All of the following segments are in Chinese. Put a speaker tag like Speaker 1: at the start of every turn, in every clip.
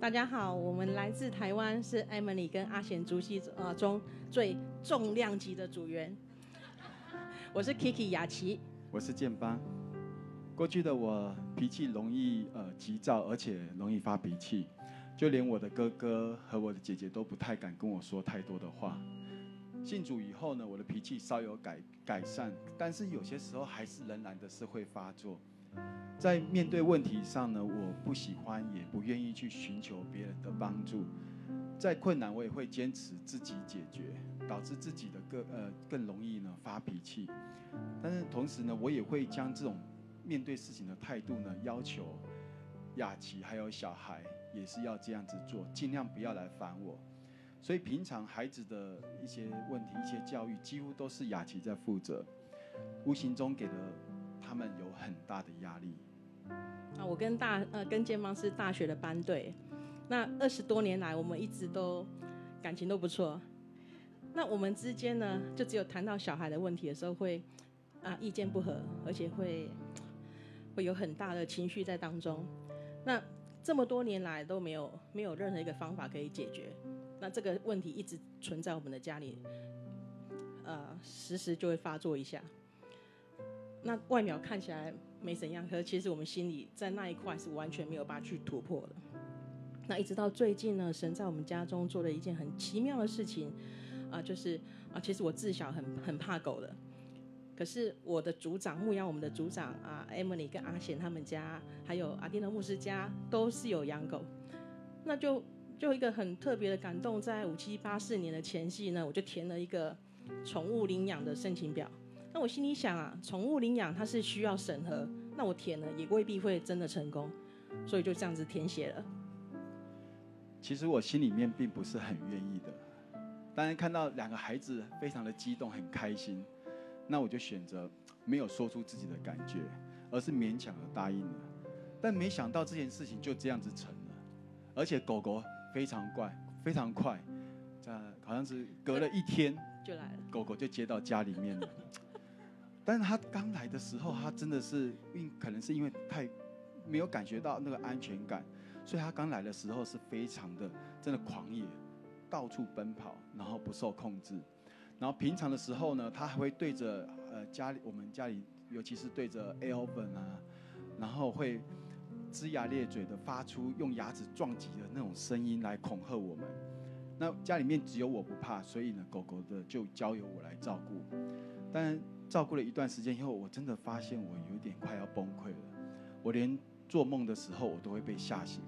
Speaker 1: 大家好，我们来自台湾，是 Emily 跟阿贤主席呃中最重量级的组员。我是 Kiki 雅琪，
Speaker 2: 我是建邦。过去的我脾气容易呃急躁，而且容易发脾气，就连我的哥哥和我的姐姐都不太敢跟我说太多的话。信主以后呢，我的脾气稍有改改善，但是有些时候还是仍然的是会发作。在面对问题上呢，我不喜欢也不愿意去寻求别人的帮助，在困难我也会坚持自己解决，导致自己的更呃更容易呢发脾气。但是同时呢，我也会将这种面对事情的态度呢，要求雅琪还有小孩也是要这样子做，尽量不要来烦我。所以平常孩子的一些问题、一些教育，几乎都是雅琪在负责，无形中给了他们有很大的压力。
Speaker 1: 啊，我跟大呃跟建邦是大学的班队，那二十多年来我们一直都感情都不错。那我们之间呢，就只有谈到小孩的问题的时候会啊意见不合，而且会会有很大的情绪在当中。那这么多年来都没有没有任何一个方法可以解决，那这个问题一直存在我们的家里，呃，时时就会发作一下。那外表看起来没怎样，可是其实我们心里在那一块是完全没有办法去突破的。那一直到最近呢，神在我们家中做了一件很奇妙的事情，啊、就是啊、其实我自小很很怕狗的，可是我的组长牧羊，我们的组长啊，Emily 跟阿贤他们家，还有阿丁的牧师家，都是有养狗，那就就一个很特别的感动，在五七八四年的前夕呢，我就填了一个宠物领养的申请表。那我心里想啊，宠物领养它是需要审核，那我填了也未必会真的成功，所以就这样子填写了。
Speaker 2: 其实我心里面并不是很愿意的，当然看到两个孩子非常的激动，很开心，那我就选择没有说出自己的感觉，而是勉强的答应了。但没想到这件事情就这样子成了，而且狗狗非常怪，非常快，在好像是隔了一天，
Speaker 1: 就来了。
Speaker 2: 狗狗就接到家里面了。但是它刚来的时候，它真的是因可能是因为太没有感觉到那个安全感，所以它刚来的时候是非常的真的狂野，到处奔跑，然后不受控制。然后平常的时候呢，它还会对着呃家里我们家里，尤其是对着 Elvin 啊，然后会龇牙咧嘴的发出用牙齿撞击的那种声音来恐吓我们。那家里面只有我不怕，所以呢，狗狗的就交由我来照顾。但照顾了一段时间以后，我真的发现我有点快要崩溃了。我连做梦的时候，我都会被吓醒。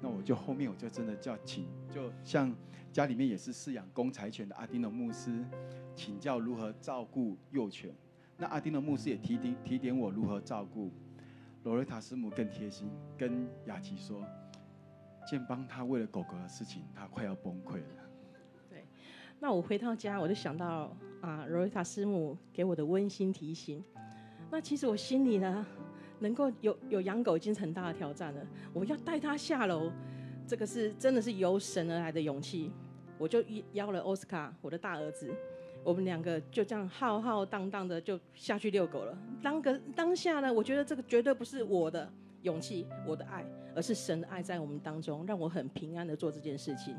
Speaker 2: 那我就后面我就真的叫请，就像家里面也是饲养公柴犬的阿丁的牧师，请教如何照顾幼犬。那阿丁的牧师也提点提点我如何照顾。罗瑞塔师母更贴心，跟雅琪说，建邦他为了狗狗的事情，他快要崩溃了。
Speaker 1: 那我回到家，我就想到啊，罗瑞塔师母给我的温馨提醒。那其实我心里呢，能够有有养狗已经是很大的挑战了。我要带它下楼，这个是真的是由神而来的勇气。我就一邀了奥斯卡，我的大儿子，我们两个就这样浩浩荡荡的就下去遛狗了。当个当下呢，我觉得这个绝对不是我的勇气，我的爱，而是神的爱在我们当中，让我很平安的做这件事情。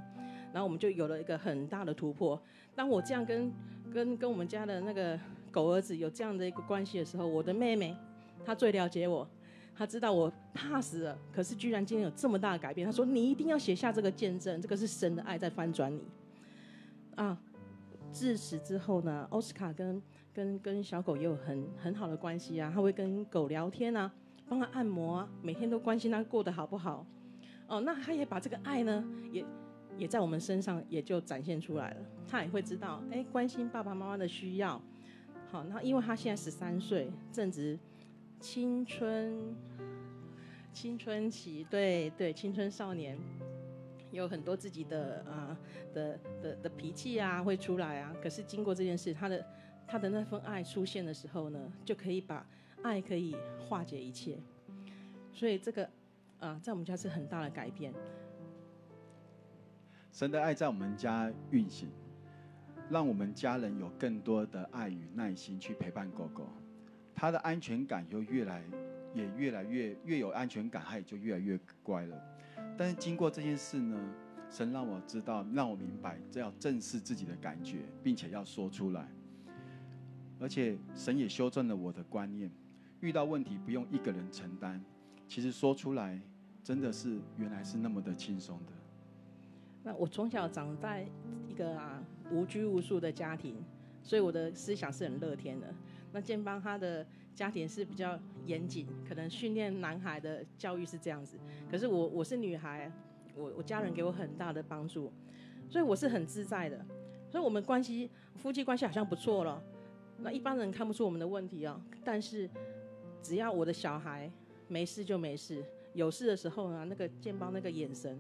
Speaker 1: 然后我们就有了一个很大的突破。当我这样跟跟跟我们家的那个狗儿子有这样的一个关系的时候，我的妹妹她最了解我，她知道我怕死了，可是居然今天有这么大的改变。她说：“你一定要写下这个见证，这个是神的爱在翻转你。”啊，自此之后呢，奥斯卡跟跟跟小狗也有很很好的关系啊，他会跟狗聊天啊，帮它按摩啊，每天都关心它过得好不好。哦，那他也把这个爱呢，也也在我们身上也就展现出来了。他也会知道，哎，关心爸爸妈妈的需要。好，那因为他现在十三岁，正值青春青春期，对对，青春少年，有很多自己的啊、的的的脾气啊会出来啊。可是经过这件事，他的他的那份爱出现的时候呢，就可以把爱可以化解一切。所以这个啊、在我们家是很大的改变。
Speaker 2: 神的爱在我们家运行，让我们家人有更多的爱与耐心去陪伴狗狗，它的安全感又越来也越来越越有安全感，他也就越来越乖了。但是经过这件事呢，神让我知道，让我明白，这要正视自己的感觉，并且要说出来。而且神也修正了我的观念，遇到问题不用一个人承担，其实说出来真的是原来是那么的轻松的。
Speaker 1: 那我从小长在一个啊无拘无束的家庭，所以我的思想是很乐天的。那建邦他的家庭是比较严谨，可能训练男孩的教育是这样子。可是我我是女孩，我我家人给我很大的帮助，所以我是很自在的。所以我们关系夫妻关系好像不错了。那一般人看不出我们的问题哦，但是只要我的小孩没事就没事，有事的时候呢，那个建邦那个眼神。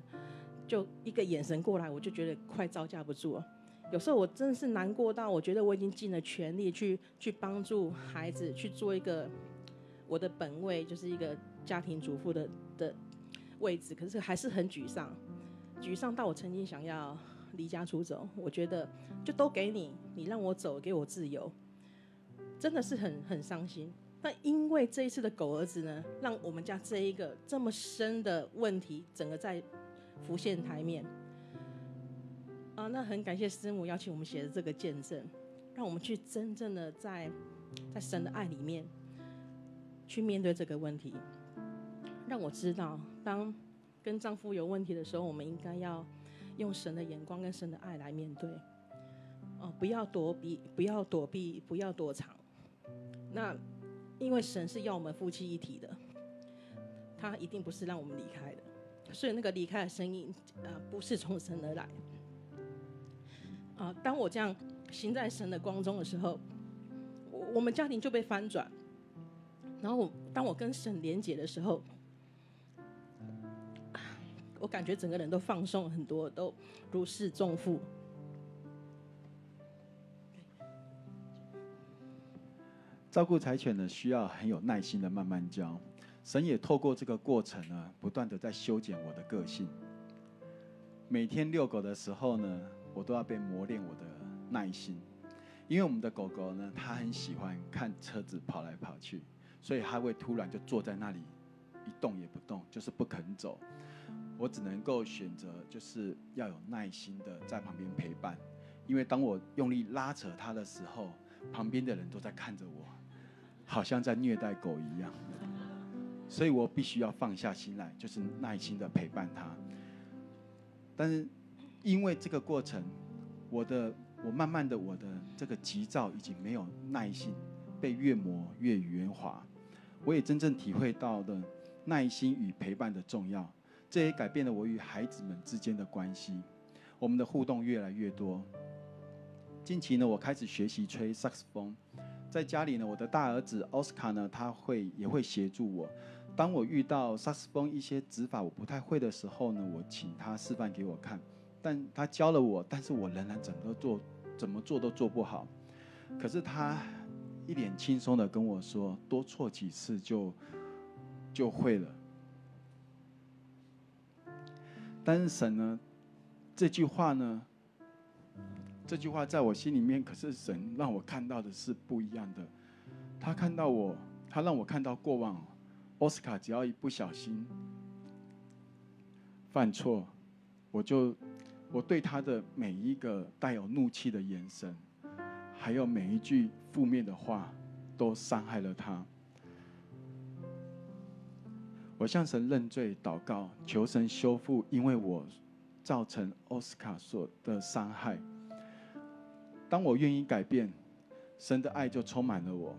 Speaker 1: 就一个眼神过来，我就觉得快招架不住了。有时候我真的是难过到，我觉得我已经尽了全力去去帮助孩子去做一个我的本位，就是一个家庭主妇的的位置，可是还是很沮丧，沮丧到我曾经想要离家出走。我觉得就都给你，你让我走，给我自由，真的是很很伤心。但因为这一次的狗儿子呢，让我们家这一个这么深的问题，整个在浮现台面。啊，那很感谢师母邀请我们写的这个见证，让我们去真正的在在神的爱里面去面对这个问题，让我知道，当跟丈夫有问题的时候，我们应该要用神的眼光跟神的爱来面对，哦、不要躲避，不要躲避，不要躲藏。那因为神是要我们夫妻一体的，他一定不是让我们离开的。所以那个离开的声音，呃，不是从神而来。啊、当我这样行在神的光中的时候，我我们家庭就被翻转。然后我当我跟神连结的时候， 我感觉整个人都放松很多，都如释重负。
Speaker 2: 照顾柴犬呢，需要很有耐心的慢慢教。神也透过这个过程呢，不断的在修剪我的个性。每天遛狗的时候呢，我都要被磨练我的耐心，因为我们的狗狗呢，它很喜欢看车子跑来跑去，所以它会突然就坐在那里一动也不动，就是不肯走。我只能够选择就是要有耐心的在旁边陪伴，因为当我用力拉扯它的时候，旁边的人都在看着我，好像在虐待狗一样。所以我必须要放下心来，就是耐心的陪伴他。但是因为这个过程，我的我慢慢的我的这个急躁已经没有耐心，被越磨越圆滑。我也真正体会到了耐心与陪伴的重要，这也改变了我与孩子们之间的关系，我们的互动越来越多。近期呢，我开始学习吹萨克斯风，在家里呢，我的大儿子奥斯卡呢，他会也会协助我。当我遇到萨克斯风一些指法我不太会的时候呢，我请他示范给我看，但他教了我，但是我仍然怎么做怎么做都做不好。可是他一脸轻松的跟我说，多错几次就就会了。但是神呢，这句话呢，这句话在我心里面，可是神让我看到的是不一样的。他看到我，他让我看到过往，奥斯卡只要一不小心犯错，我就我对他的每一个带有怒气的眼神，还有每一句负面的话，都伤害了他。我向神认罪祷告，求神修复因为我造成奥斯卡所的伤害。当我愿意改变，神的爱就充满了我。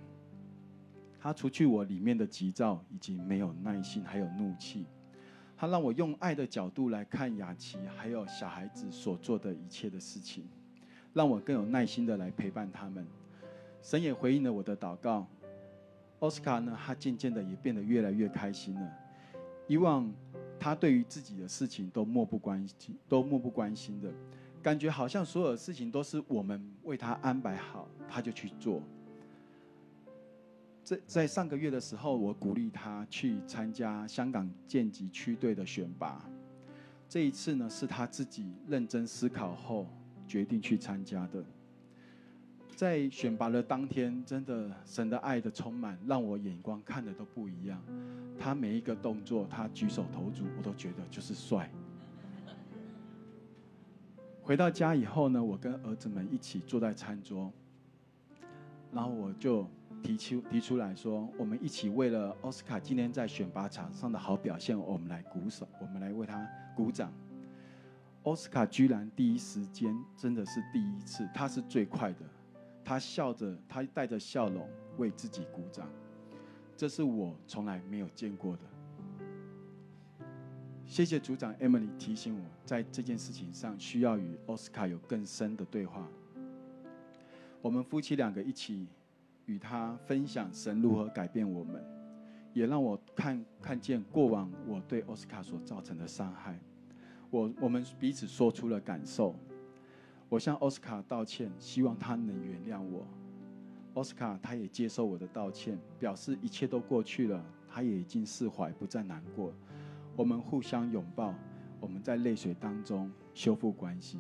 Speaker 2: 他除去我里面的急躁，以及没有耐心，还有怒气。他让我用爱的角度来看雅琪还有小孩子所做的一切的事情，让我更有耐心的来陪伴他们。神也回应了我的祷告。奥斯卡呢，他渐渐的也变得越来越开心了。以往他对于自己的事情都漠不关心，都漠不关心的。感觉好像所有事情都是我们为他安排好，他就去做。在在上个月的时候，我鼓励他去参加香港剑击区队的选拔。这一次呢，是他自己认真思考后决定去参加的。在选拔的当天，真的神的爱的充满，让我眼光看的都不一样。他每一个动作，他举手投足，我都觉得就是帅。回到家以后呢，我跟儿子们一起坐在餐桌，然后我就提出提出来说，我们一起为了奥斯卡今天在选拔场上的好表现，我们来鼓手，我们来为他鼓掌。奥斯卡居然第一时间真的是第一次，他是最快的，他笑着，他带着笑容为自己鼓掌，这是我从来没有见过的。谢谢组长 Emily 提醒我，在这件事情上需要与奥斯卡有更深的对话。我们夫妻两个一起与他分享神如何改变我们，也让我看看见过往我对奥斯卡所造成的伤害。我我们彼此说出了感受。我向奥斯卡道歉，希望他能原谅我。奥斯卡他也接受我的道歉，表示一切都过去了，他也已经释怀，不再难过。我们互相拥抱，我们在泪水当中修复关系。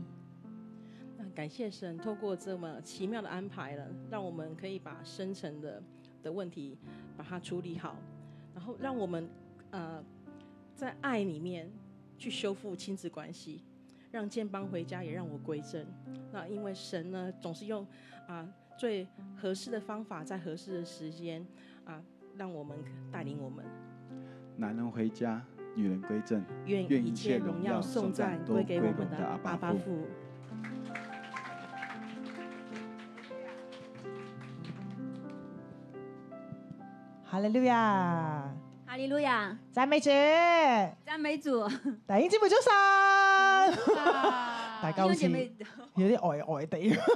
Speaker 1: 那感谢神，透过这么奇妙的安排了，让我们可以把深层的的问题把它处理好，然后让我们呃在爱里面去修复亲子关系，让建邦回家，也让我归正。那因为神呢，总是用啊、最合适的方法，在合适的时间啊、让我们带领我们，
Speaker 2: 男人回家，女人归正。
Speaker 1: 愿
Speaker 2: 愿
Speaker 1: 一
Speaker 2: 一
Speaker 1: 切
Speaker 2: 切
Speaker 1: 荣
Speaker 2: 荣
Speaker 1: 耀
Speaker 2: 耀
Speaker 1: 颂
Speaker 2: 颂
Speaker 1: 赞
Speaker 2: 赞
Speaker 1: 归
Speaker 2: 归
Speaker 1: 给
Speaker 2: 给
Speaker 1: 我
Speaker 2: 我
Speaker 1: 们
Speaker 2: 们
Speaker 1: 的
Speaker 2: 的
Speaker 1: 阿
Speaker 2: 阿
Speaker 1: 爸
Speaker 2: 爸
Speaker 1: 父
Speaker 2: 父。
Speaker 3: 哈利路亞，
Speaker 4: 哈利路亚，
Speaker 3: 讚美主，弟
Speaker 4: 赞美主！
Speaker 3: 兄姊妹早晨。大
Speaker 4: 大
Speaker 3: 家好似
Speaker 4: 啊姐妹，
Speaker 3: 有啲呆呆地。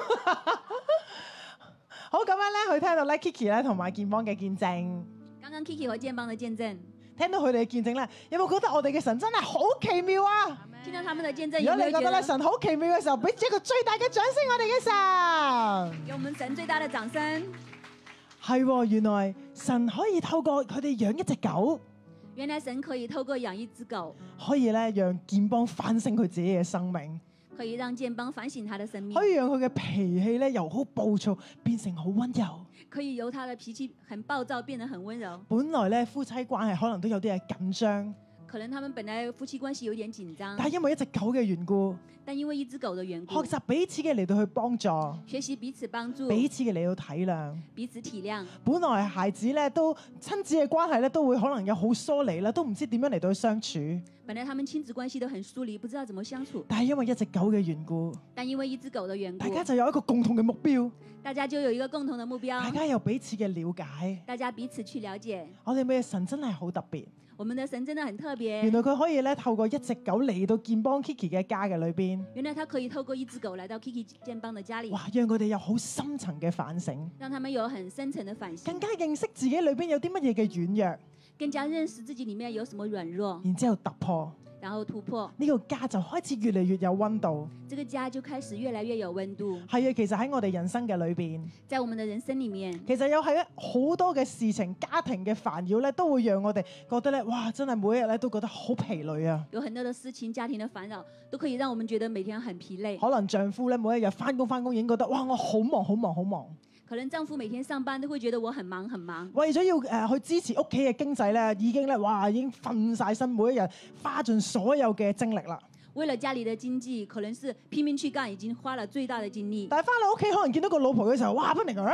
Speaker 3: 好咁樣咧，佢聽到咧 Kiki 咧同埋健邦嘅見證，
Speaker 4: 刚刚 Kiki 和建邦的见证，
Speaker 3: 聽到佢哋嘅見證咧，有冇覺得我哋嘅神真係好奇妙啊？
Speaker 4: 听到他们的见证，
Speaker 3: 如
Speaker 4: 有
Speaker 3: 果
Speaker 4: 没
Speaker 3: 你
Speaker 4: 有
Speaker 3: 覺
Speaker 4: 觉
Speaker 3: 得咧
Speaker 4: 得
Speaker 3: 神好奇妙嘅時候，俾一個最大嘅掌聲我哋嘅神。
Speaker 4: 给我们神最大的掌声？
Speaker 3: 係喎，原來神可以透過佢哋養一隻狗，
Speaker 4: 原来神可以透过养一只狗，
Speaker 3: 可以咧讓健邦反省佢自己嘅生命，
Speaker 4: 可以讓建邦反省他的生命
Speaker 3: 可，以讓佢嘅脾氣咧由好暴躁變成好温柔。
Speaker 4: 可以由他的脾气很暴躁变得很温柔。
Speaker 3: 本來咧夫妻關係可能都有啲係緊張，
Speaker 4: 可能他们本来夫妻關係有點緊張
Speaker 3: 但，係因為一隻狗嘅緣故，
Speaker 4: 但因為一只狗的緣
Speaker 3: 學
Speaker 4: 故，
Speaker 3: 習彼此嘅嚟到去幫助，
Speaker 4: 學習彼此幫助，
Speaker 3: 彼此嘅嚟到體諒。
Speaker 4: 彼此體諒。
Speaker 3: 本來孩子咧都親子嘅關係咧都會可能有好疏離啦，都唔知點樣嚟到去相處。
Speaker 4: 本來他們親子關係都很疏離，不知道怎麼相處，
Speaker 3: 但係因為一隻狗嘅緣故，
Speaker 4: 但因為一只狗的緣
Speaker 3: 大
Speaker 4: 故，
Speaker 3: 家就有一個共同嘅目標，
Speaker 4: 大家就有一個共同的目
Speaker 3: 大
Speaker 4: 標，
Speaker 3: 家有彼此嘅了解。
Speaker 4: 大家彼此去了解。
Speaker 3: 我哋嘅神真係好特別，
Speaker 4: 我們的神真的很特
Speaker 3: 原
Speaker 4: 別，
Speaker 3: 來佢可以咧透過一隻狗嚟到健邦 Kiki 嘅家嘅裏邊，
Speaker 4: 原來他可以透過一只狗來到 Kiki 健邦的家裡，
Speaker 3: 哇！讓佢哋有好深層嘅反省，
Speaker 4: 讓他們有很深層的反省
Speaker 3: 更，加認識自己裏邊有啲乜嘢嘅軟弱，
Speaker 4: 更加認識自己裡面有什麼軟弱，
Speaker 3: 然之後突破
Speaker 4: 然後突破。
Speaker 3: 呢、個家就開始越嚟越有温度。
Speaker 4: 這個家就開始越來越有溫度，
Speaker 3: 係啊，其實喺我哋人生嘅裏邊，
Speaker 4: 在我們的人生裡面，
Speaker 3: 其實有係好多嘅事情、家庭嘅煩擾咧，都會讓我哋覺得咧，哇！真係每一日咧都覺得好疲累啊。
Speaker 4: 有很多的事情、家庭的煩擾，都可以讓我們覺得每天很疲累。
Speaker 3: 可能丈夫咧每一日翻工翻工已經覺得，哇！我好忙好忙好忙，
Speaker 4: 可能丈夫每天上班都會覺得我很忙很忙，
Speaker 3: 為咗要誒、呃去支持屋企嘅經濟咧，已經咧哇已經瞓晒身，每一日花盡所有嘅精力啦。
Speaker 4: 為了家裡的經濟，可能是拼命去幹，已經花了最大的精力。
Speaker 3: 但係翻到屋企可能見到個老婆嘅時候，哇不明呃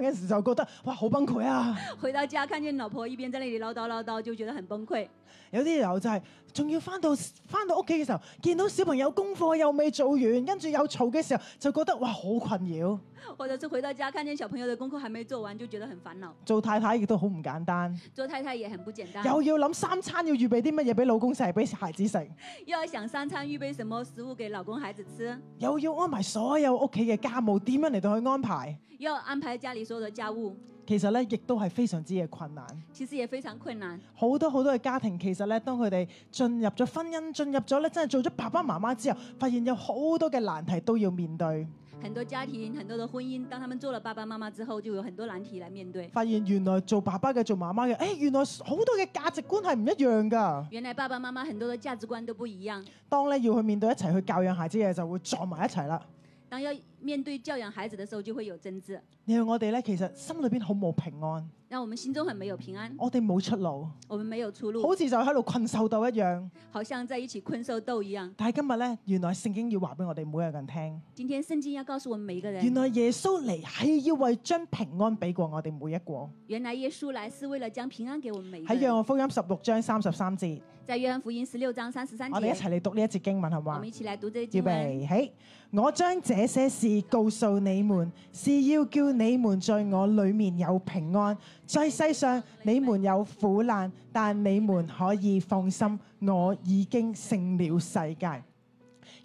Speaker 3: 嘅時就覺得哇好崩潰啊！
Speaker 4: 回到家看見老婆一邊在那裡嘮叨嘮叨，就覺得很崩潰。
Speaker 3: 有啲友就係、仲要翻到翻到屋企嘅時候，見到小朋友功課又未做完，跟住又嘈嘅時候，就覺得哇好困擾。
Speaker 4: 或者是回到家看見小朋友的功課還沒做完，就覺得很煩惱。
Speaker 3: 做太太亦都好唔簡單，
Speaker 4: 做太太也很不簡單，
Speaker 3: 又要諗三餐要預備啲乜嘢俾老公食，俾孩子食，
Speaker 4: 又要想三餐預備什麼食物給老公孩子吃，
Speaker 3: 又要安排所有屋企嘅家務點樣嚟到去安排。
Speaker 4: 又要安排家裡所有的家務，
Speaker 3: 其實咧，亦都係非常之嘅困難。
Speaker 4: 其實也非常困難。
Speaker 3: 好多好多嘅家庭，其實咧，當佢哋進入咗婚姻，進入咗咧，真係做咗爸爸媽媽之後，發現有好多嘅難題都要面對，
Speaker 4: 很多家庭、很多的婚姻，當他們做了爸爸媽媽之後，就有很多難題來面對。
Speaker 3: 發現原來做爸爸嘅、做媽媽嘅，誒、原來好多嘅價值觀係唔一樣㗎。
Speaker 4: 原來爸爸媽媽很多的價值觀都不一樣，
Speaker 3: 當咧要去面對一齊去教養孩子嘅，就會撞埋一齊啦。
Speaker 4: 當要面对教养孩子的时候就会有争执，
Speaker 3: 讓我哋咧其實心裏邊好冇平安，
Speaker 4: 让我们心中很没有平安，
Speaker 3: 我哋冇出路，
Speaker 4: 我们没有出路
Speaker 3: 好，似就喺度困獸鬥一樣。
Speaker 4: 好像在一起困獸鬥一樣。
Speaker 3: 但係今日咧，原來聖經要話俾我哋每一個人聽，
Speaker 4: 今天聖經要告訴我們每一個
Speaker 3: 原
Speaker 4: 人，
Speaker 3: 來耶穌嚟係要為將平安俾過我哋每一個。
Speaker 4: 原來耶穌來是為了將平安給我们每一個
Speaker 3: 喺約
Speaker 4: 人。
Speaker 3: 翰福音十六章三十三節，
Speaker 4: 在約翰福音十六章三十三
Speaker 3: 我哋一
Speaker 4: 節，
Speaker 3: 齊嚟讀呢一節經文，好唔好
Speaker 4: 我
Speaker 3: 啊
Speaker 4: 们一？起來讀這
Speaker 3: 預
Speaker 4: 經文。
Speaker 3: 備起！我將這些事告訴你們，是要叫你們在我裏面有平安。在世上你們有苦難，但你們可以放心，我已經勝了世界。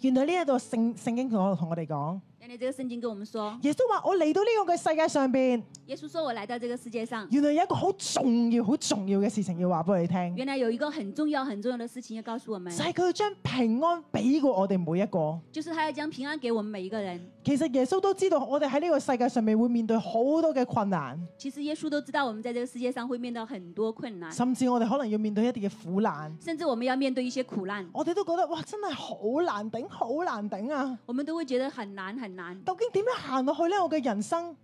Speaker 3: 原來呢一度聖聖經同我同我哋講，
Speaker 4: 原來這個聖經跟我們說，
Speaker 3: 耶穌話：我嚟到呢個嘅世界上邊，
Speaker 4: 耶穌說我來到這個世界上，
Speaker 3: 原來有一個好重要、好重要嘅事情要話俾你聽，
Speaker 4: 原來有一個很重要很重要的事情要告訴我們
Speaker 3: 就，係佢要將平安俾過我哋每一個。
Speaker 4: 就是他要將平安給我們每一個人。
Speaker 3: 其實耶穌都知道，我哋喺呢個世界上面會面對好多嘅困難。
Speaker 4: 其實耶穌都知道我們在這個世界上會面到很多困難，
Speaker 3: 甚至我哋可能要面對一啲嘅苦難，
Speaker 4: 甚至我們要面對一些苦難，
Speaker 3: 我哋都覺得哇，真係好難頂，好難頂啊！
Speaker 4: 我們都會覺得很難很難。
Speaker 3: 究竟點樣行落去呢？我嘅人生，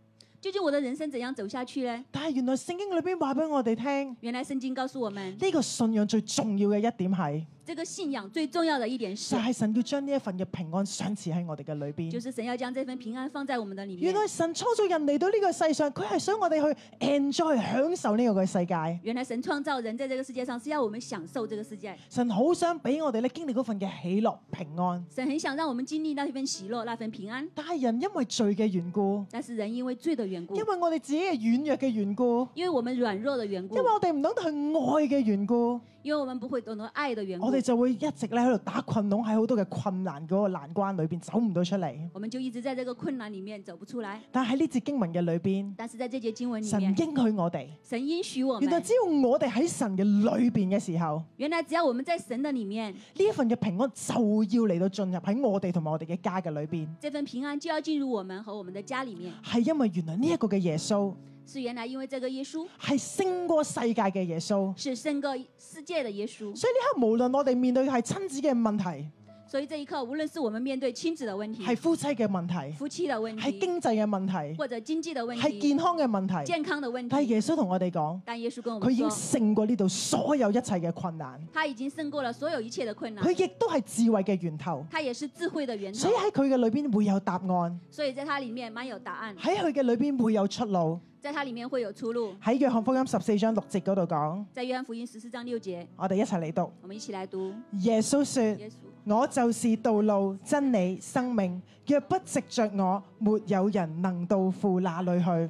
Speaker 4: 究竟我的人生怎樣走下去呢？
Speaker 3: 但係原來聖經裏邊話俾我哋聽，呢、
Speaker 4: 原來聖經告訴我們，
Speaker 3: 個信仰最重要嘅一點係，
Speaker 4: 這個信仰最重要的一點是
Speaker 3: 就，係神要將呢一份嘅平安賞賜喺我哋嘅裏
Speaker 4: 就
Speaker 3: 邊。
Speaker 4: 是神要將這份平安放在我們的裡
Speaker 3: 原
Speaker 4: 面。
Speaker 3: 來神創造人嚟到呢個世上，佢係想我哋去 enjoy 享受呢個嘅世界。
Speaker 4: 原來神創造人在這個世界上是要我們享受這個世界，
Speaker 3: 神好想俾我哋咧經歷嗰份嘅喜樂平安，
Speaker 4: 神很想讓我們經歷那份喜樂、那份平安。
Speaker 3: 但係人因為罪嘅緣故，
Speaker 4: 但是人因為罪的緣故
Speaker 3: 因，為我哋自己嘅軟弱嘅緣故。
Speaker 4: 因為我們軟弱的緣故
Speaker 3: 因為，我哋唔懂得去愛嘅緣故，
Speaker 4: 因為我們不會懂得愛的緣故
Speaker 3: 我，哋就會一直咧喺度打困籠，喺好多嘅困難嗰個難關裏邊走唔到出嚟。
Speaker 4: 我們就一直在這個困難裡面走不出來。
Speaker 3: 但喺呢節經文嘅裏邊，
Speaker 4: 但是在這節經文裡
Speaker 3: 神
Speaker 4: 面
Speaker 3: 應，許我哋，
Speaker 4: 神應許我
Speaker 3: 原來
Speaker 4: 們，
Speaker 3: 只要我哋喺神嘅裏邊嘅時候，
Speaker 4: 原來只要我們在神的裡面，
Speaker 3: 呢一份嘅平安就要嚟到進入喺我哋同埋我哋嘅家嘅裏邊。
Speaker 4: 這份平安就要進入我們和我們的家裡面。
Speaker 3: 係因為原來呢一個嘅耶穌
Speaker 4: 是原來因為這個耶穌
Speaker 3: 係勝過世界嘅耶穌，
Speaker 4: 是勝過世界的耶穌，
Speaker 3: 所以呢刻無論我哋面對嘅係親子嘅問題，
Speaker 4: 所以這一刻，無論是我們面對親子的問
Speaker 3: 係
Speaker 4: 題、
Speaker 3: 夫妻嘅問題，
Speaker 4: 嗯夫妻的問
Speaker 3: 係
Speaker 4: 題
Speaker 3: 經濟嘅問題，
Speaker 4: 或者經濟的問
Speaker 3: 係
Speaker 4: 題、
Speaker 3: 健康嘅問題，
Speaker 4: 健康的問
Speaker 3: 但係
Speaker 4: 題，
Speaker 3: 耶穌同我哋講。
Speaker 4: 但耶穌跟我
Speaker 3: 佢
Speaker 4: 們
Speaker 3: 已經
Speaker 4: 說，
Speaker 3: 勝過呢度所有一切嘅困難，
Speaker 4: 他已經勝過了所有一切的困難
Speaker 3: 佢，亦都係智慧嘅源頭，
Speaker 4: 他也是智慧的源頭
Speaker 3: 所以，喺佢嘅裏邊會有答案，
Speaker 4: 所以在他裡面滿有答案，
Speaker 3: 喺佢嘅裏邊會有出路。
Speaker 4: 在他裡面會有出路。
Speaker 3: 喺約翰福音十四章六節嗰度講，
Speaker 4: 在約翰福音十四章六節，
Speaker 3: 我哋一齊嚟讀。
Speaker 4: 我們一起來讀
Speaker 3: 耶穌說：
Speaker 4: 耶穌。
Speaker 3: 我就是道路、真理、生命，若不藉着我，沒有人能到父那裏去。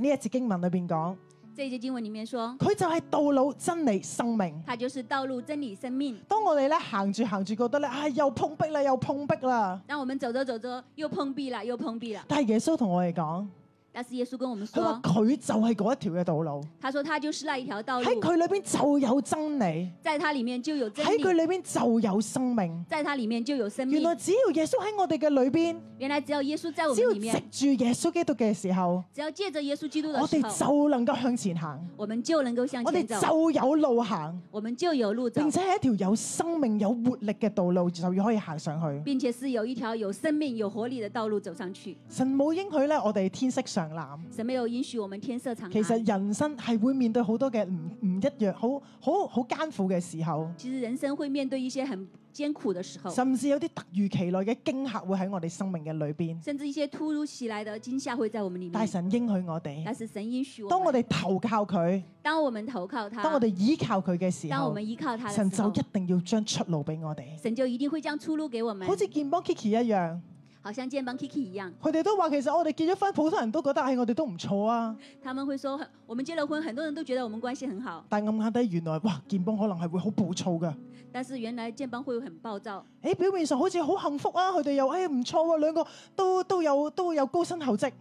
Speaker 3: 呢一節經文裏邊講，
Speaker 4: 這一節經文裡面說，
Speaker 3: 佢就係道路、真理、生命。
Speaker 4: 他就是道路、真理、生命。
Speaker 3: 當我哋咧行住行住，覺得咧啊又碰壁啦，又碰壁啦，
Speaker 4: 讓我們走着走着又碰壁了，又碰壁了。
Speaker 3: 但係耶穌同我哋講。
Speaker 4: 但是耶穌跟我們
Speaker 3: 佢話
Speaker 4: 說，
Speaker 3: 佢就係嗰一條嘅道路，
Speaker 4: 他說他就是那一條道
Speaker 3: 喺
Speaker 4: 路，
Speaker 3: 佢裏邊就有真理，
Speaker 4: 在他裡面就有真
Speaker 3: 喺佢
Speaker 4: 理，
Speaker 3: 裏邊就有生命。
Speaker 4: 在他裡面就有生
Speaker 3: 原
Speaker 4: 命。
Speaker 3: 來只要耶穌喺我哋嘅裏邊，
Speaker 4: 原來只要耶穌在我
Speaker 3: 只
Speaker 4: 們
Speaker 3: 要
Speaker 4: 裡面，
Speaker 3: 藉住耶穌基督嘅時候，
Speaker 4: 只要借着耶穌基督的
Speaker 3: 我
Speaker 4: 時
Speaker 3: 哋
Speaker 4: 候，
Speaker 3: 就能夠向前行，
Speaker 4: 我們就能夠向
Speaker 3: 我哋
Speaker 4: 前走，
Speaker 3: 就有路行，
Speaker 4: 我們就有路走
Speaker 3: 並，且係一條有生命、有活力嘅道路，就要可以行上去。
Speaker 4: 並且是有一條有生命、有活力的道路走上去。
Speaker 3: 神冇應許咧，我哋天色常藍。
Speaker 4: 神沒有允許我們天色常
Speaker 3: 其
Speaker 4: 藍。
Speaker 3: 實人生係會面對好多嘅唔唔一樣，好好好艱苦嘅時候，
Speaker 4: 其實人生會面對一些很艱苦的時候，
Speaker 3: 甚至有啲突如其來嘅驚嚇會喺我哋生命嘅裏邊。
Speaker 4: 甚至一些突如其來的驚嚇會在我們裡
Speaker 3: 但係神
Speaker 4: 面。
Speaker 3: 應許我哋
Speaker 4: 嗯但，是神允許
Speaker 3: 當
Speaker 4: 我
Speaker 3: 我
Speaker 4: 們，
Speaker 3: 哋投靠佢，
Speaker 4: 當我們投靠他，
Speaker 3: 當我哋依靠佢嘅時
Speaker 4: 當我
Speaker 3: 候，
Speaker 4: 們依靠他
Speaker 3: 神
Speaker 4: 的時
Speaker 3: 就
Speaker 4: 候
Speaker 3: 一，定要將出路俾我哋。
Speaker 4: 神就一定會將出路給我們
Speaker 3: 好。似健邦 Kiki 一樣，
Speaker 4: 好像健邦 Kiki 一樣，
Speaker 3: 佢哋都話其實我哋結咗婚，普通人都覺得唉，我哋都唔錯啊。
Speaker 4: 他們會說我們結了婚，很多人都覺得我們關係很好，
Speaker 3: 但暗眼底原來哇，健邦可能係會好暴躁嘅。
Speaker 4: 但是原來健邦會很暴躁。
Speaker 3: 誒啊表面上好似好幸福啊，佢哋又誒唔錯喎，兩個都都有都有高薪厚職，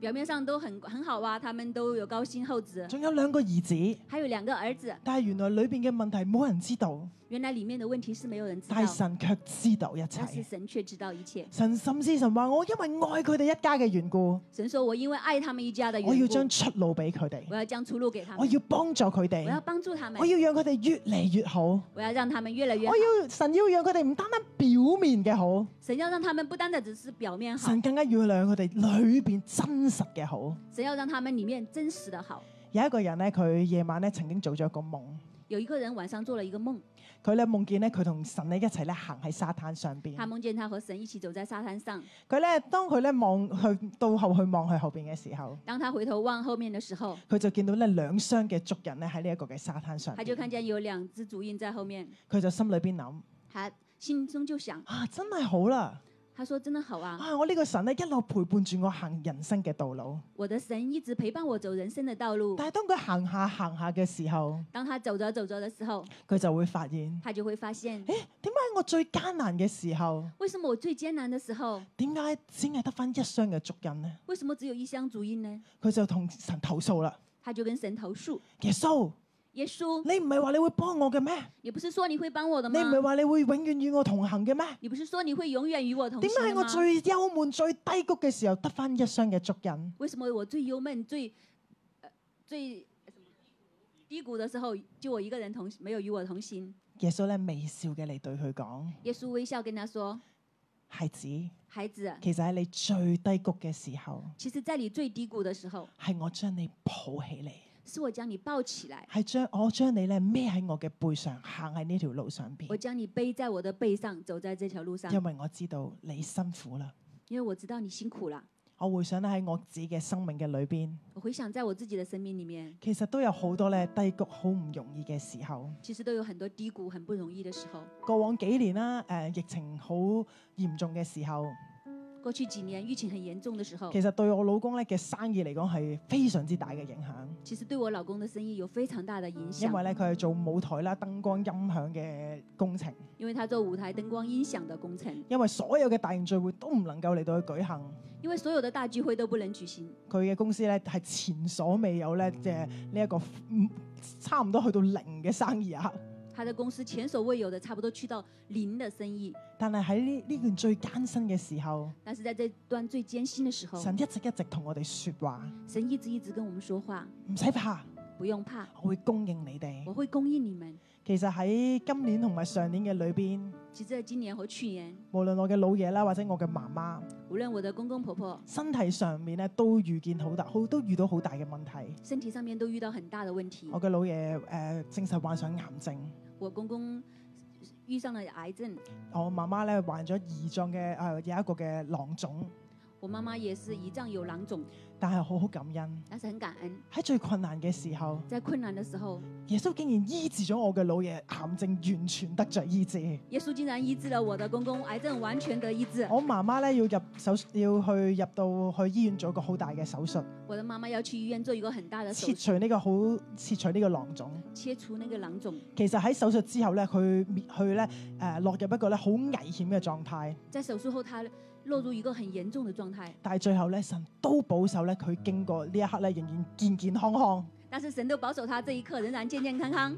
Speaker 4: 表面上都很很好啊，他們都有高薪厚職，
Speaker 3: 仲有兩個兒子，
Speaker 4: 還有兩個兒子。
Speaker 3: 但係原來裏邊嘅問題冇人知道，
Speaker 4: 原來裡面的問題是沒有人知道
Speaker 3: 但，係神卻知道一
Speaker 4: 但是
Speaker 3: 切。
Speaker 4: 神卻知道一切。
Speaker 3: 神甚至神話我因為愛佢哋一家嘅緣故，
Speaker 4: 神說：“我因為愛他們一家的緣故，
Speaker 3: 我要將出路俾佢哋，
Speaker 4: 我要將出路給他
Speaker 3: 我
Speaker 4: 們，
Speaker 3: 要幫助佢
Speaker 4: 我要
Speaker 3: 哋，
Speaker 4: 幫助他們
Speaker 3: 我，要讓佢哋越嚟越好。
Speaker 4: 我要讓他們越來越好啊
Speaker 3: 我。要神要讓佢哋唔單單表面嘅好，
Speaker 4: 神要讓他們不單單只是表面好，
Speaker 3: 神更加要讓佢哋裏邊真實嘅好。
Speaker 4: 神要讓他們裡面真實的好。
Speaker 3: 有一個人咧，佢夜晚咧曾經做咗一個夢，
Speaker 4: 有一個人晚上做了一個夢，
Speaker 3: 佢咧夢見咧佢同神咧一齊咧行喺沙灘上邊。
Speaker 4: 他夢見他和神一起走在沙灘上。
Speaker 3: 佢咧當佢咧望去到後去望去後邊嘅時候，
Speaker 4: 當他回頭望後面的時候，
Speaker 3: 佢就見到咧兩雙嘅足印咧喺呢一個嘅沙灘上
Speaker 4: 他就看
Speaker 3: 邊。
Speaker 4: 見有兩隻足印在後面，
Speaker 3: 佢就心裏邊諗：
Speaker 4: 他心中就想：
Speaker 3: 啊，真係好啦！
Speaker 4: 他說真的好啊，
Speaker 3: 啊，我呢個神咧一路陪伴住我行人生嘅道路。
Speaker 4: 我的神一直陪伴我走人生的道路。
Speaker 3: 但係當佢行下行下嘅時候，
Speaker 4: 當他走着走着的時候，
Speaker 3: 佢就會發現。
Speaker 4: 他就會發現，
Speaker 3: 誒點解我最艱難嘅時候，
Speaker 4: 為什麼我最艱難的時候，
Speaker 3: 點解只係得翻一雙嘅足印呢？
Speaker 4: 為什麼只有一箱足印呢？
Speaker 3: 佢就同神投訴啦。
Speaker 4: 他就跟神投訴：
Speaker 3: 耶穌，
Speaker 4: 耶穌，
Speaker 3: 你唔係話你會幫我嘅咩？
Speaker 4: 你不是說你會幫我的
Speaker 3: 你唔係
Speaker 4: 嗎？
Speaker 3: 話你會永遠與我同行嘅咩？
Speaker 4: 你不是說你會永遠與我同
Speaker 3: 點解
Speaker 4: 行
Speaker 3: 喺
Speaker 4: 的
Speaker 3: 我
Speaker 4: 嗎？
Speaker 3: 最幽悶、最低谷嘅時候得翻一雙嘅足印？
Speaker 4: 為什麼我最憂悶、最、呃最低谷的時候，就我一個人同沒有與我同行？
Speaker 3: 耶穌咧微笑嘅嚟對佢講：
Speaker 4: 耶穌微笑跟他說
Speaker 3: 孩子，其：“
Speaker 4: 孩子，啊
Speaker 3: 實喺你最低谷嘅時候，
Speaker 4: 其實在你最低谷的時候，
Speaker 3: 係我將你抱起嚟，
Speaker 4: 是我將你抱起來，
Speaker 3: 係將我將你咧孭喺我嘅背上，行喺呢條路上
Speaker 4: 我
Speaker 3: 邊，
Speaker 4: 將你背在我的背上，走在這條路上，
Speaker 3: 因為我知道你辛苦啦。
Speaker 4: 因為我知道你辛苦了。
Speaker 3: 我回想咧喺我自己嘅生命嘅裏邊，
Speaker 4: 我回想在我自己的生命裡面，
Speaker 3: 其實都有好多咧低谷好唔容易嘅時候。
Speaker 4: 其實都有很多低谷、很不容易的時候。
Speaker 3: 過往幾年啦，誒、疫情好嚴重嘅時候，
Speaker 4: 過去幾年疫情很嚴重的時候，
Speaker 3: 其實對我老公咧嘅生意嚟講係非常之大嘅影響，
Speaker 4: 其實對我老公的生意有非常大的影響
Speaker 3: 因為，咧佢係做舞台啦、燈光、音響嘅工程，
Speaker 4: 因為他做舞台燈光音響的工程，
Speaker 3: 因為所有嘅大型聚會都唔能夠嚟到去舉行。
Speaker 4: 因為所有的大聚會都不能舉行，
Speaker 3: 佢嘅公司咧係前所未有咧嘅呢一個嗯差唔多去到零嘅生意啊！
Speaker 4: 他的公司前所未有的差不多去到零的生意。
Speaker 3: 但係喺呢呢段最艱辛嘅時候，
Speaker 4: 但是在這段最艱辛的時候，
Speaker 3: 神一直一直同我哋説話，
Speaker 4: 神一直一直跟我們說話，
Speaker 3: 唔使怕，
Speaker 4: 不用怕，
Speaker 3: 我會供應你哋
Speaker 4: 我。會供應你們。
Speaker 3: 其實喺今年同埋上年嘅裏邊，
Speaker 4: 其實在今年和去年，
Speaker 3: 無論我嘅老爺啦，或者我嘅媽媽，
Speaker 4: 無論我的公公婆婆
Speaker 3: 身體上面咧都遇見好大，好都遇到好大嘅問題。
Speaker 4: 身體上面都遇到很大的問題
Speaker 3: 我，嘅老爺誒、呃證實患上癌症，
Speaker 4: 我公公遇上了癌症，
Speaker 3: 我媽媽咧患咗胰臟嘅誒有一個嘅囊腫，
Speaker 4: 我媽媽也是胰臟有囊腫，
Speaker 3: 但係好好感恩。
Speaker 4: 但是很感恩，
Speaker 3: 喺最困難嘅時候，
Speaker 4: 在困難的時候，
Speaker 3: 耶穌竟然醫治咗我嘅老爺癌症，完全得着醫治。
Speaker 4: 耶穌竟然醫治了我的公公，癌症完全得醫治。
Speaker 3: 我媽媽咧要入手要去入到去醫院做一個好大嘅手術，
Speaker 4: 我的媽媽要去醫院做一個很大的手
Speaker 3: 切
Speaker 4: 術，
Speaker 3: 除呢個好切除呢個囊腫。
Speaker 4: 切除那個囊腫。
Speaker 3: 其實喺手術之後咧，佢佢咧誒落入一個咧好危險嘅狀態，
Speaker 4: 在手術後，她落入一個很嚴重的狀態，
Speaker 3: 但係最後咧神都保守咧佢經過呢一刻咧仍然健健康康。
Speaker 4: 但是神都保守她這一刻仍然健健康康。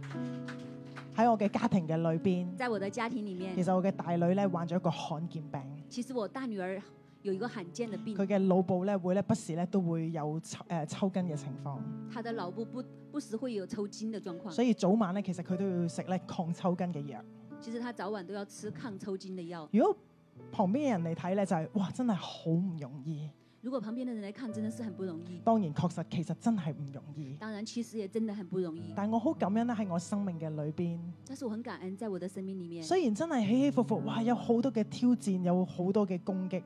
Speaker 3: 喺我嘅家庭嘅裏邊，
Speaker 4: 在我的家庭裡
Speaker 3: 其
Speaker 4: 面，
Speaker 3: 實我嘅大女咧患咗一個罕見病，
Speaker 4: 其實我大女兒有一個罕見的病
Speaker 3: 佢，嘅腦部咧會咧不時咧都會有抽誒、抽筋嘅情況，
Speaker 4: 她的腦部不不時會有抽筋的狀況，
Speaker 3: 所以早晚咧其實佢都要食咧抗抽筋嘅藥。
Speaker 4: 其實她早晚都要吃抗抽筋的藥。
Speaker 3: 如果旁邊嘅人嚟睇咧，就係、哇，真係好唔容易。
Speaker 4: 如果旁邊的人來看，真的是很不容易。
Speaker 3: 當然確實其實真係唔容易，
Speaker 4: 當然，其實也真的很不容易。
Speaker 3: 但我好感恩咧喺我生命嘅裏邊，
Speaker 4: 但是我很感恩，在我的生命裡面，
Speaker 3: 雖然真係起起伏伏，哇，有好多嘅挑戰，有好多嘅攻擊，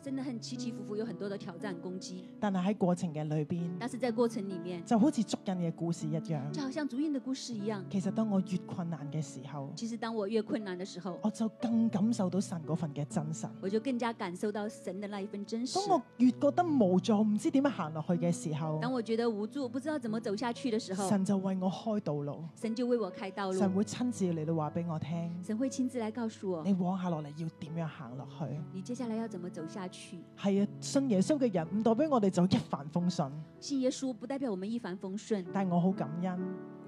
Speaker 4: 真的很起起伏伏，有很多的挑戰攻擊。
Speaker 3: 但係喺過程嘅裏邊，
Speaker 4: 但是在過程裡面，
Speaker 3: 就好似捉印嘅故事一
Speaker 4: 就
Speaker 3: 樣。
Speaker 4: 好像足印的故事一樣。
Speaker 3: 其實當我越困難嘅時候，
Speaker 4: 其實當我越困難的時候，
Speaker 3: 我就更感受到神嗰份嘅真實。
Speaker 4: 我就更加感受到神的那一份真
Speaker 3: 當
Speaker 4: 實
Speaker 3: 我。越覺得無助，唔知點樣行落去嘅時候，
Speaker 4: 當我覺得無助，不知道怎麼走下去的時候，
Speaker 3: 神就為我開道路，
Speaker 4: 神就為我開道
Speaker 3: 神
Speaker 4: 路。
Speaker 3: 會親自嚟到話俾我聽，
Speaker 4: 神會親自來告訴我，
Speaker 3: 你往下落嚟要點樣行落去。
Speaker 4: 你接下來要怎麼走下他去。
Speaker 3: 係啊，信耶穌嘅人唔代表我哋就一帆風順，
Speaker 4: 信耶穌不代表我们一帆風順，
Speaker 3: 但我好感恩，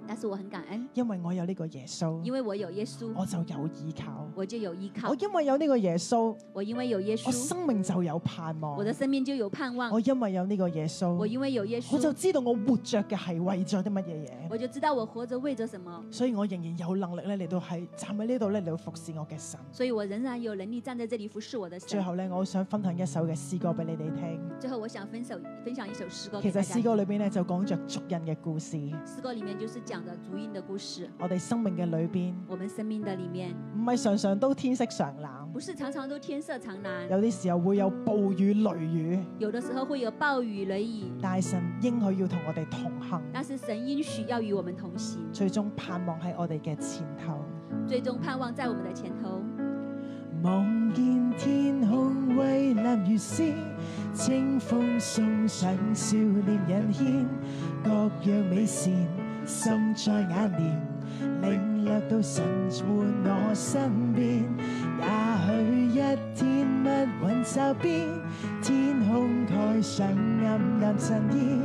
Speaker 4: 但是我很感恩，
Speaker 3: 因為我有呢個耶
Speaker 4: 因
Speaker 3: 穌，
Speaker 4: 為我有耶穌，
Speaker 3: 我就有依靠。
Speaker 4: 我就有依靠
Speaker 3: 我。因為有呢個耶穌，
Speaker 4: 我因為有耶
Speaker 3: 我
Speaker 4: 穌，
Speaker 3: 生命就有盼望。
Speaker 4: 我的生命就有盼望
Speaker 3: 我。因為有呢個耶
Speaker 4: 我
Speaker 3: 穌，
Speaker 4: 因為有耶
Speaker 3: 我就
Speaker 4: 穌，
Speaker 3: 知道我活着嘅係為咗啲乜嘢嘢，
Speaker 4: 我就知道我活着為着什麼，
Speaker 3: 所以我仍然有能力咧嚟到係站喺呢度咧嚟到服侍我嘅神。
Speaker 4: 所以我仍然有能力站在這裡服侍我的
Speaker 3: 最
Speaker 4: 神。
Speaker 3: 後咧，我好想分享一首嘅詩歌俾你哋聽。
Speaker 4: 最後，我想分手分享一首詩歌
Speaker 3: 其
Speaker 4: 給
Speaker 3: 實
Speaker 4: 大家
Speaker 3: 詩
Speaker 4: 聽。
Speaker 3: 歌裏邊咧就講着足印嘅故事，
Speaker 4: 詩歌裡面就是講的足印的故事。
Speaker 3: 我哋生命嘅裏邊
Speaker 4: 我們生命的裡面，
Speaker 3: 唔係常常都天色常藍，
Speaker 4: 不是常常都天色常藍，
Speaker 3: 有啲時候會有暴雨雷雨，
Speaker 4: 有的時候會有暴雨雷雨，
Speaker 3: 但係神應許要同我哋同行，
Speaker 4: 但是神應許要與我們同行，
Speaker 3: 最終盼望喺我哋嘅前頭。
Speaker 4: 最終盼望在我們的前頭。
Speaker 3: 望見天空蔚藍如絲，清風送上笑臉引牽，各樣美善心在眼簾，領略到神伴我身邊。也許一天密雲罩邊，天空蓋上暗淡襯衣，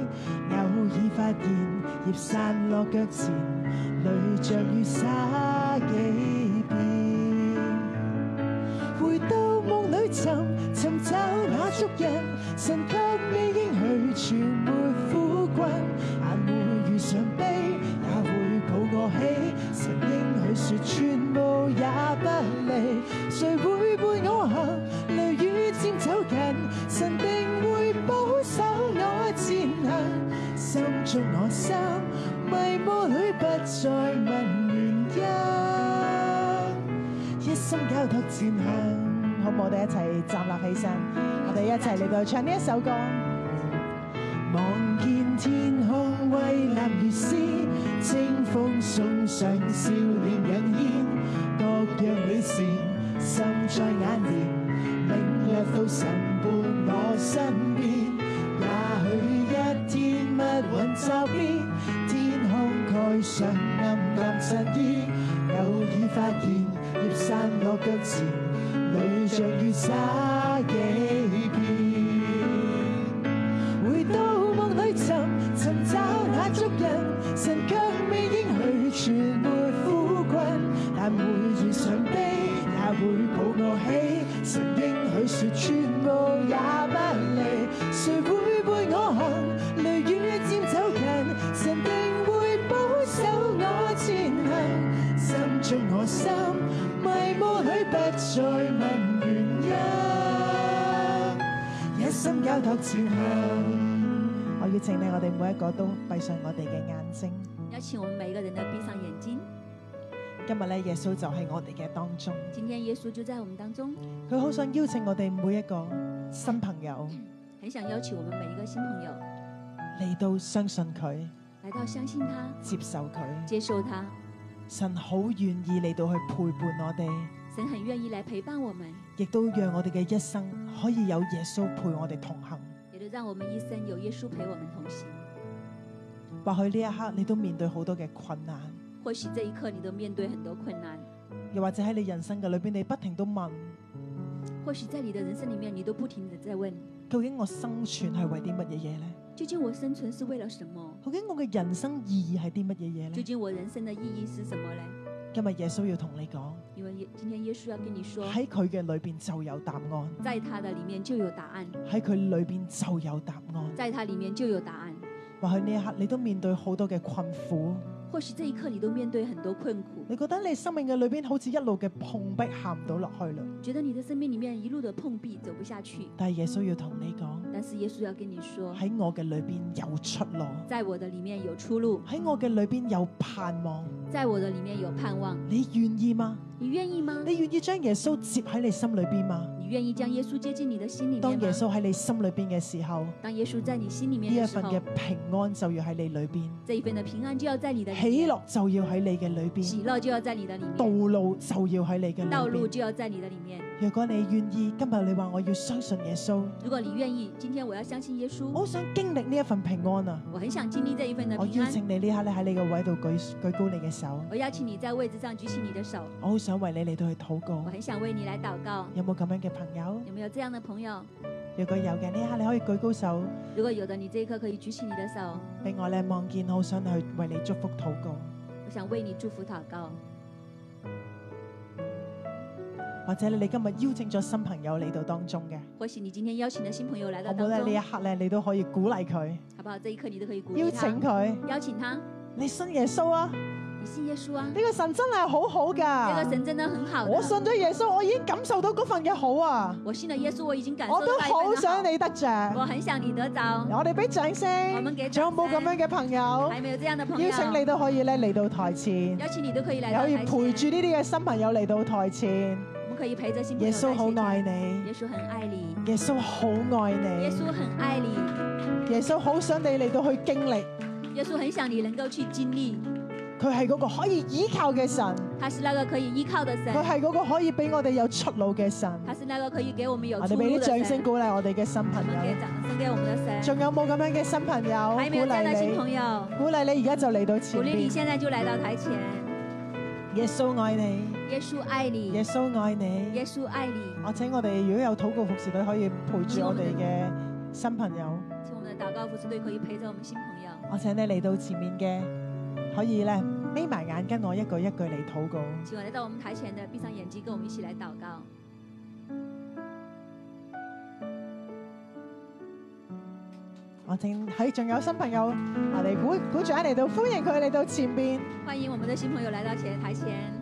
Speaker 3: 偶爾發現葉散落腳前，淚像雨灑幾遍。回到夢裏尋尋找那足印，神給你應許全沒苦困，眼會遇上悲，也會抱我起，神應許說全無也不離，誰會伴我行？雷雨漸走近，神定會保守我前行，心中我心，迷霧裏不再問原因。一心交託漸向，好唔好？我哋一齊站立起身，我哋一齊嚟到唱呢一首歌。望見天空蔚藍如絲，清風送上笑臉引牽，各樣美善心在眼簾，領略到神伴我身邊。也許一天密雲罩邊，天空蓋上暗淡襯衣，偶爾發現葉散落腳前，淚像雨灑幾遍。回到夢裏尋尋找那足印，神卻未應許全沒苦困，但會遇上悲，也會抱我起。神應許說全無也不離，誰會伴我行？雷雨漸走近，神定會保守我前行。心中我心，迷霧裏不再問原因。一心交託前行。我邀請你，我哋每一個都閉上我哋嘅眼睛。
Speaker 4: 邀請我們每一個人都閉上眼睛。
Speaker 3: 今日咧，耶穌就喺我哋嘅當中，
Speaker 4: 今天耶穌就在我們當中，
Speaker 3: 佢好想邀請我哋每一個新朋友
Speaker 4: 很想邀請我們每一個新朋友
Speaker 3: 嚟到相信佢，
Speaker 4: 來到相信他，
Speaker 3: 接受佢。
Speaker 4: 接受他。
Speaker 3: 神好願意嚟到去陪伴我哋，
Speaker 4: 神很願意來陪伴我們，
Speaker 3: 亦都讓我哋嘅一生可以有耶穌陪我哋同行。
Speaker 4: 也都讓我們一生有耶穌陪我們同行。
Speaker 3: 或許呢一刻你都面對好多嘅困難，
Speaker 4: 或許這一刻你都面對很多困難，
Speaker 3: 又或者喺你人生嘅裏邊，你不停都問：
Speaker 4: 或許在你的人生裡面，你都不停的在問：
Speaker 3: 究竟我生存係為啲乜嘢嘢呢？
Speaker 4: 究竟我生存是為了什麼？
Speaker 3: 究竟我嘅人生意義係啲乜嘢嘢
Speaker 4: 究
Speaker 3: 呢？
Speaker 4: 竟我人生的意義是什麼呢？
Speaker 3: 今日耶穌要同你講，
Speaker 4: 因為耶今天耶穌要跟你說，
Speaker 3: 喺佢嘅裏邊就有答案，
Speaker 4: 在他的裡面就有答案，
Speaker 3: 喺佢裏邊就有答案。
Speaker 4: 在他裡面就有答案。
Speaker 3: 或許呢一刻你都面對好多嘅困苦，
Speaker 4: 或許這一刻你都面對很多困苦，
Speaker 3: 你覺得你生命嘅裏邊好似一路嘅碰壁，行唔到落去啦。
Speaker 4: 覺得你的生命裡面一路的碰壁，走不下去。
Speaker 3: 但係耶穌要同你講，
Speaker 4: 但是耶穌要跟你說，
Speaker 3: 喺我嘅裏邊有出路，
Speaker 4: 在我的裡面有出路，
Speaker 3: 喺我嘅裏邊有盼望。
Speaker 4: 在我的裡面有盼望。
Speaker 3: 你願意嗎？
Speaker 4: 你願意嗎？
Speaker 3: 你願意將耶穌接喺你心裏邊嗎？
Speaker 4: 你願意將耶穌接進你的心裡
Speaker 3: 當
Speaker 4: 面
Speaker 3: 耶
Speaker 4: 嗎？
Speaker 3: 穌喺你心裏邊嘅時候，呢
Speaker 4: 當耶穌在你心裡面
Speaker 3: 一
Speaker 4: 的時
Speaker 3: 份
Speaker 4: 候
Speaker 3: 嘅，平安就要喺你裏邊，
Speaker 4: 這一份的平安就要在你的裡
Speaker 3: 喜
Speaker 4: 面，
Speaker 3: 樂就要喺你嘅裏邊。
Speaker 4: 喜樂就要在你的裡
Speaker 3: 道
Speaker 4: 面，
Speaker 3: 路就要喺你嘅裏邊
Speaker 4: 道路就要在你的裡面，
Speaker 3: 若果你願意，今日你話我要相信耶穌，
Speaker 4: 如果你愿意，今天我要相信耶
Speaker 3: 我
Speaker 4: 稣，
Speaker 3: 好想經歷呢一份平安啊！
Speaker 4: 我很想经历这一份的
Speaker 3: 我
Speaker 4: 平
Speaker 3: 哦邀
Speaker 4: 安。
Speaker 3: 請你呢刻咧喺你嘅位度舉舉高你嘅手，
Speaker 4: 我邀请你在位置上举起你的手，
Speaker 3: 我好想為你嚟到去禱告
Speaker 4: 我。很想为你来祷告。
Speaker 3: 有冇咁樣嘅朋友？
Speaker 4: 有没有这样的朋友？
Speaker 3: 若果有嘅，呢一刻你可以舉高手，
Speaker 4: 如果有的，你这一刻可以举起你的手，
Speaker 3: 俾我咧望見，好想去為你祝福禱告。
Speaker 4: 我想为你祝福祷告。
Speaker 3: 或者你今日邀請咗新朋友嚟到當中嘅，
Speaker 4: 或许你今天邀请的新朋友来
Speaker 3: 好
Speaker 4: 到
Speaker 3: 冇咧？呢
Speaker 4: 当中，
Speaker 3: 一刻咧，你都可以鼓勵佢，
Speaker 4: 好不好？这一刻你都可以鼓
Speaker 3: 邀
Speaker 4: 励他
Speaker 3: 請，佢，
Speaker 4: 邀请他，
Speaker 3: 你信耶穌啊！
Speaker 4: 你信耶稣啊！
Speaker 3: 呢個神真係好好
Speaker 4: 这
Speaker 3: 㗎。
Speaker 4: 个神真的很好的。
Speaker 3: 啊我信咗耶穌，我已經感受到嗰份嘅好啊！
Speaker 4: 我信了耶稣，我已经感受
Speaker 3: 我
Speaker 4: 到
Speaker 3: 都
Speaker 4: 那一份的
Speaker 3: 好想
Speaker 4: 好
Speaker 3: 你得
Speaker 4: 我
Speaker 3: 着。
Speaker 4: 很想你得着。
Speaker 3: 我哋俾掌
Speaker 4: 我
Speaker 3: 聲。
Speaker 4: 们给
Speaker 3: 仲有
Speaker 4: 掌
Speaker 3: 冇咁
Speaker 4: 声
Speaker 3: 樣嘅朋友？
Speaker 4: 还没有这样的朋友，啊
Speaker 3: 邀請你都可以咧嚟到台前，
Speaker 4: 邀请你都可以来
Speaker 3: 你
Speaker 4: 到
Speaker 3: 可以
Speaker 4: 台前，
Speaker 3: 陪住呢啲嘅新朋友嚟到台前。
Speaker 4: 我们可以陪着新朋
Speaker 3: 耶
Speaker 4: 友在
Speaker 3: 穌好
Speaker 4: 一起
Speaker 3: 愛你，
Speaker 4: 耶稣很愛你，
Speaker 3: 耶穌好愛
Speaker 4: 耶
Speaker 3: 你，
Speaker 4: 稣很愛你，
Speaker 3: 耶穌好想你嚟到去經歷，
Speaker 4: 耶稣很想你能夠去經歷，
Speaker 3: 佢係嗰個可以依靠嘅神，
Speaker 4: 他是那個可以依靠的神
Speaker 3: 佢，係嗰個可以俾我哋有出路嘅神。
Speaker 4: 他是那個可以給我們有
Speaker 3: 我
Speaker 4: 出
Speaker 3: 哋俾
Speaker 4: 路
Speaker 3: 啲
Speaker 4: 的
Speaker 3: 掌聲
Speaker 4: 神。
Speaker 3: 鼓勵我哋嘅新
Speaker 4: 我
Speaker 3: 朋
Speaker 4: 们
Speaker 3: 友
Speaker 4: 给。掌聲給我們的神。
Speaker 3: 仲有冇咁樣嘅新朋友？
Speaker 4: 還沒有
Speaker 3: 鼓
Speaker 4: 這樣的新
Speaker 3: 勵
Speaker 4: 朋友，
Speaker 3: 你，鼓勵你而家就嚟到
Speaker 4: 鼓
Speaker 3: 前
Speaker 4: 勵
Speaker 3: 邊
Speaker 4: 你。現在就來到台前。
Speaker 3: 耶穌愛你，
Speaker 4: 耶穌愛
Speaker 3: 耶
Speaker 4: 你，
Speaker 3: 穌愛你
Speaker 4: 耶。穌愛你。
Speaker 3: 我請我哋如果有禱告服侍隊可以陪住我哋嘅新朋友，
Speaker 4: 請我們的禱告服侍隊可以陪着我們新朋友。
Speaker 3: 我請你嚟到前面嘅，可以咧眯埋眼跟我一句一句嚟禱告。
Speaker 4: 請我來到我們台前的，閉上眼睛，跟我們一起來禱告。
Speaker 3: 我請喺仲有新朋友，我哋鼓鼓掌嚟到歡迎佢嚟到前邊。
Speaker 4: 歡迎我們的新朋友來到前台前。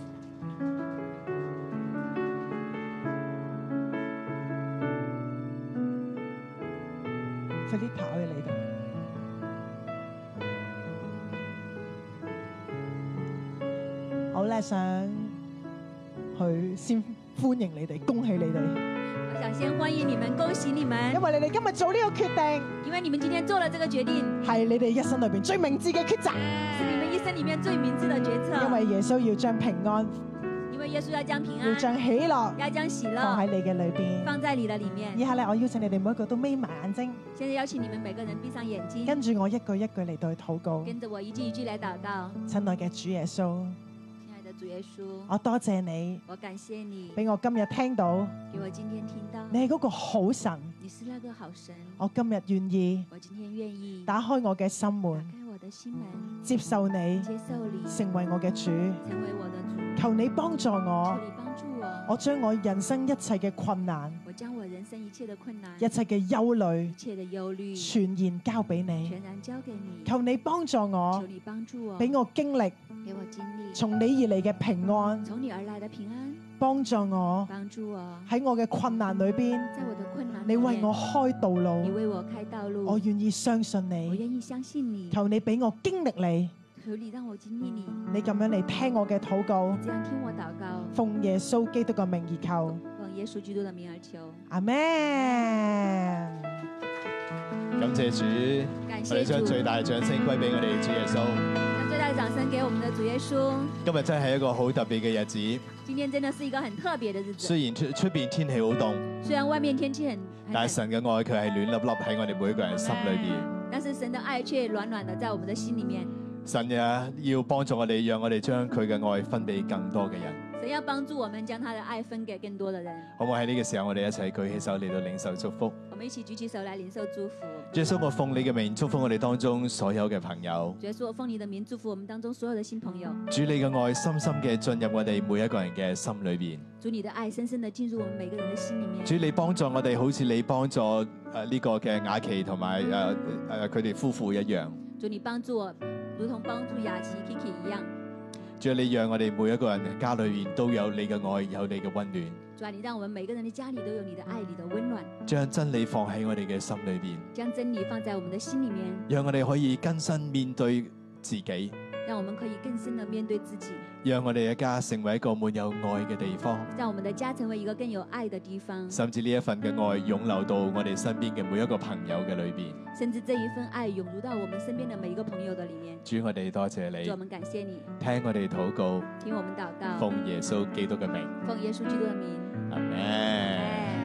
Speaker 3: Philippa 可以嚟到。我咧想去先歡迎你哋，恭喜你哋，
Speaker 4: 我想先歡迎你們，恭喜你們
Speaker 3: 因，為你哋今日做呢個決定。
Speaker 4: 因為你們今天做了這個決定。
Speaker 3: 係你哋一生裏边最明智嘅抉擇，
Speaker 4: 是你们一生里面最明智的决策。
Speaker 3: 因為耶穌要將平安，
Speaker 4: 因为耶稣要将平
Speaker 3: 要
Speaker 4: 安，
Speaker 3: 將喜樂
Speaker 4: 要将喜
Speaker 3: 放喺
Speaker 4: 乐
Speaker 3: 你嘅裏边。
Speaker 4: 放在你的里面
Speaker 3: 以。下咧，我邀請你哋每一個都眯埋眼睛，
Speaker 4: 现在邀请你们每个人闭上眼睛，
Speaker 3: 跟住我一句一句嚟到去禱告。
Speaker 4: 跟着我一句一句来祷告。
Speaker 3: 親愛嘅主耶穌，
Speaker 4: 亲爱的主耶稣，
Speaker 3: 我多謝你，
Speaker 4: 我感谢你，
Speaker 3: 俾我今日聽到
Speaker 4: 给我今天听到
Speaker 3: 你係嗰個好神，
Speaker 4: 你是那个好神。
Speaker 3: 我今日願意
Speaker 4: 我今天愿意打
Speaker 3: 打開我嘅心門，
Speaker 4: 开我的心门，
Speaker 3: 接受你，
Speaker 4: 接受你
Speaker 3: 成為我嘅主。
Speaker 4: 成为我的主，
Speaker 3: 求你幫助我
Speaker 4: 求，你帮助我。
Speaker 3: 我將我人生一切嘅困難、
Speaker 4: 我将我人生一切的困难、
Speaker 3: 一
Speaker 4: 一
Speaker 3: 切嘅憂慮，
Speaker 4: 切的忧虑，
Speaker 3: 全然交俾你。
Speaker 4: 全然交给你。
Speaker 3: 求你幫助我
Speaker 4: 求，你帮助我，
Speaker 3: 俾我經歷
Speaker 4: 给我经历
Speaker 3: 從你而嚟嘅平安，
Speaker 4: 从你而来的平安。
Speaker 3: 幫助我
Speaker 4: 帮助我，
Speaker 3: 喺我嘅困難裏邊，
Speaker 4: 在我的困难
Speaker 3: 你
Speaker 4: 里
Speaker 3: 為
Speaker 4: 面，
Speaker 3: 我開道
Speaker 4: 你
Speaker 3: 路，
Speaker 4: 为我开道路，
Speaker 3: 我願意相信
Speaker 4: 我
Speaker 3: 你。
Speaker 4: 愿意相信你，
Speaker 3: 求你俾我經歷你，
Speaker 4: 求你让我经历你，
Speaker 3: 你咁樣嚟聽我嘅禱告
Speaker 4: 你，这样听我祷告，
Speaker 3: 奉耶穌基督嘅名而求，
Speaker 4: 奉耶稣基督的名而求，
Speaker 3: 阿咩？
Speaker 5: 感謝主，
Speaker 4: 感
Speaker 5: 我
Speaker 4: 谢
Speaker 5: 哋
Speaker 4: 主，
Speaker 5: 將最大嘅掌聲歸俾我哋主耶穌。
Speaker 4: 让最大的掌声给我们的主耶稣。
Speaker 5: 今日真係一個好特別嘅日子，
Speaker 4: 今天真的是一个很特别的日子，
Speaker 5: 雖然出出邊天氣好 凍，
Speaker 4: 虽然外面天气很很
Speaker 5: 但
Speaker 4: 冷
Speaker 5: 係神嘅愛佢係暖粒粒喺我哋每個人心裏邊。
Speaker 4: 但是神的爱却暖暖的在我们的心里面。
Speaker 5: 神啊，要幫助我哋，讓我哋將佢嘅愛分俾更多嘅人。
Speaker 4: 神要帮助我们將他的愛分給更多的人，
Speaker 5: 可唔可以喺呢個時候，我哋一齊舉起手嚟到領受祝福？
Speaker 4: 我们一起舉起手來領受祝福。
Speaker 5: 主耶穌，我奉你嘅名祝福我哋當中所有嘅朋友。
Speaker 4: 主耶穌，我奉你的名祝福我們當中所有的新朋友，
Speaker 5: 主你嘅愛深深嘅進入我哋每一個人嘅心裏邊。
Speaker 4: 主你的愛深深的進入我們每個人的心里面。
Speaker 5: 主你幫助我哋，好似你幫助誒呢個嘅雅琪同埋誒誒佢哋夫婦一樣。
Speaker 4: 主，你帮助我，如同帮助雅琪、Kiki 一样。
Speaker 5: 主啊，你讓我哋每一個人家裏邊都有你嘅愛，有你嘅温暖，
Speaker 4: 主啊，你让我们每个人的家里都有你的爱、你的温暖，
Speaker 5: 將真理放喺我哋嘅心裏邊，
Speaker 4: 将真理放在我们的心里面，
Speaker 5: 讓我哋可以更新面對自己，
Speaker 4: 让我们可以更深的面对自己，
Speaker 5: 讓我哋嘅家成為一個滿有愛嘅地方，
Speaker 4: 让我们的家成为一个更有爱的地方，
Speaker 5: 甚至呢一份嘅愛湧流到我哋身邊嘅每一個朋友嘅裏邊。
Speaker 4: 甚至这一份爱涌入到我们身边的每一个朋友的里面。
Speaker 5: 主，我哋多謝你
Speaker 4: 主，，我们感谢你，
Speaker 5: 聽我哋禱告，
Speaker 4: 听我们祷告，
Speaker 5: 奉耶穌基督嘅名，
Speaker 4: 奉耶稣基督的名。哎
Speaker 5: 阿門。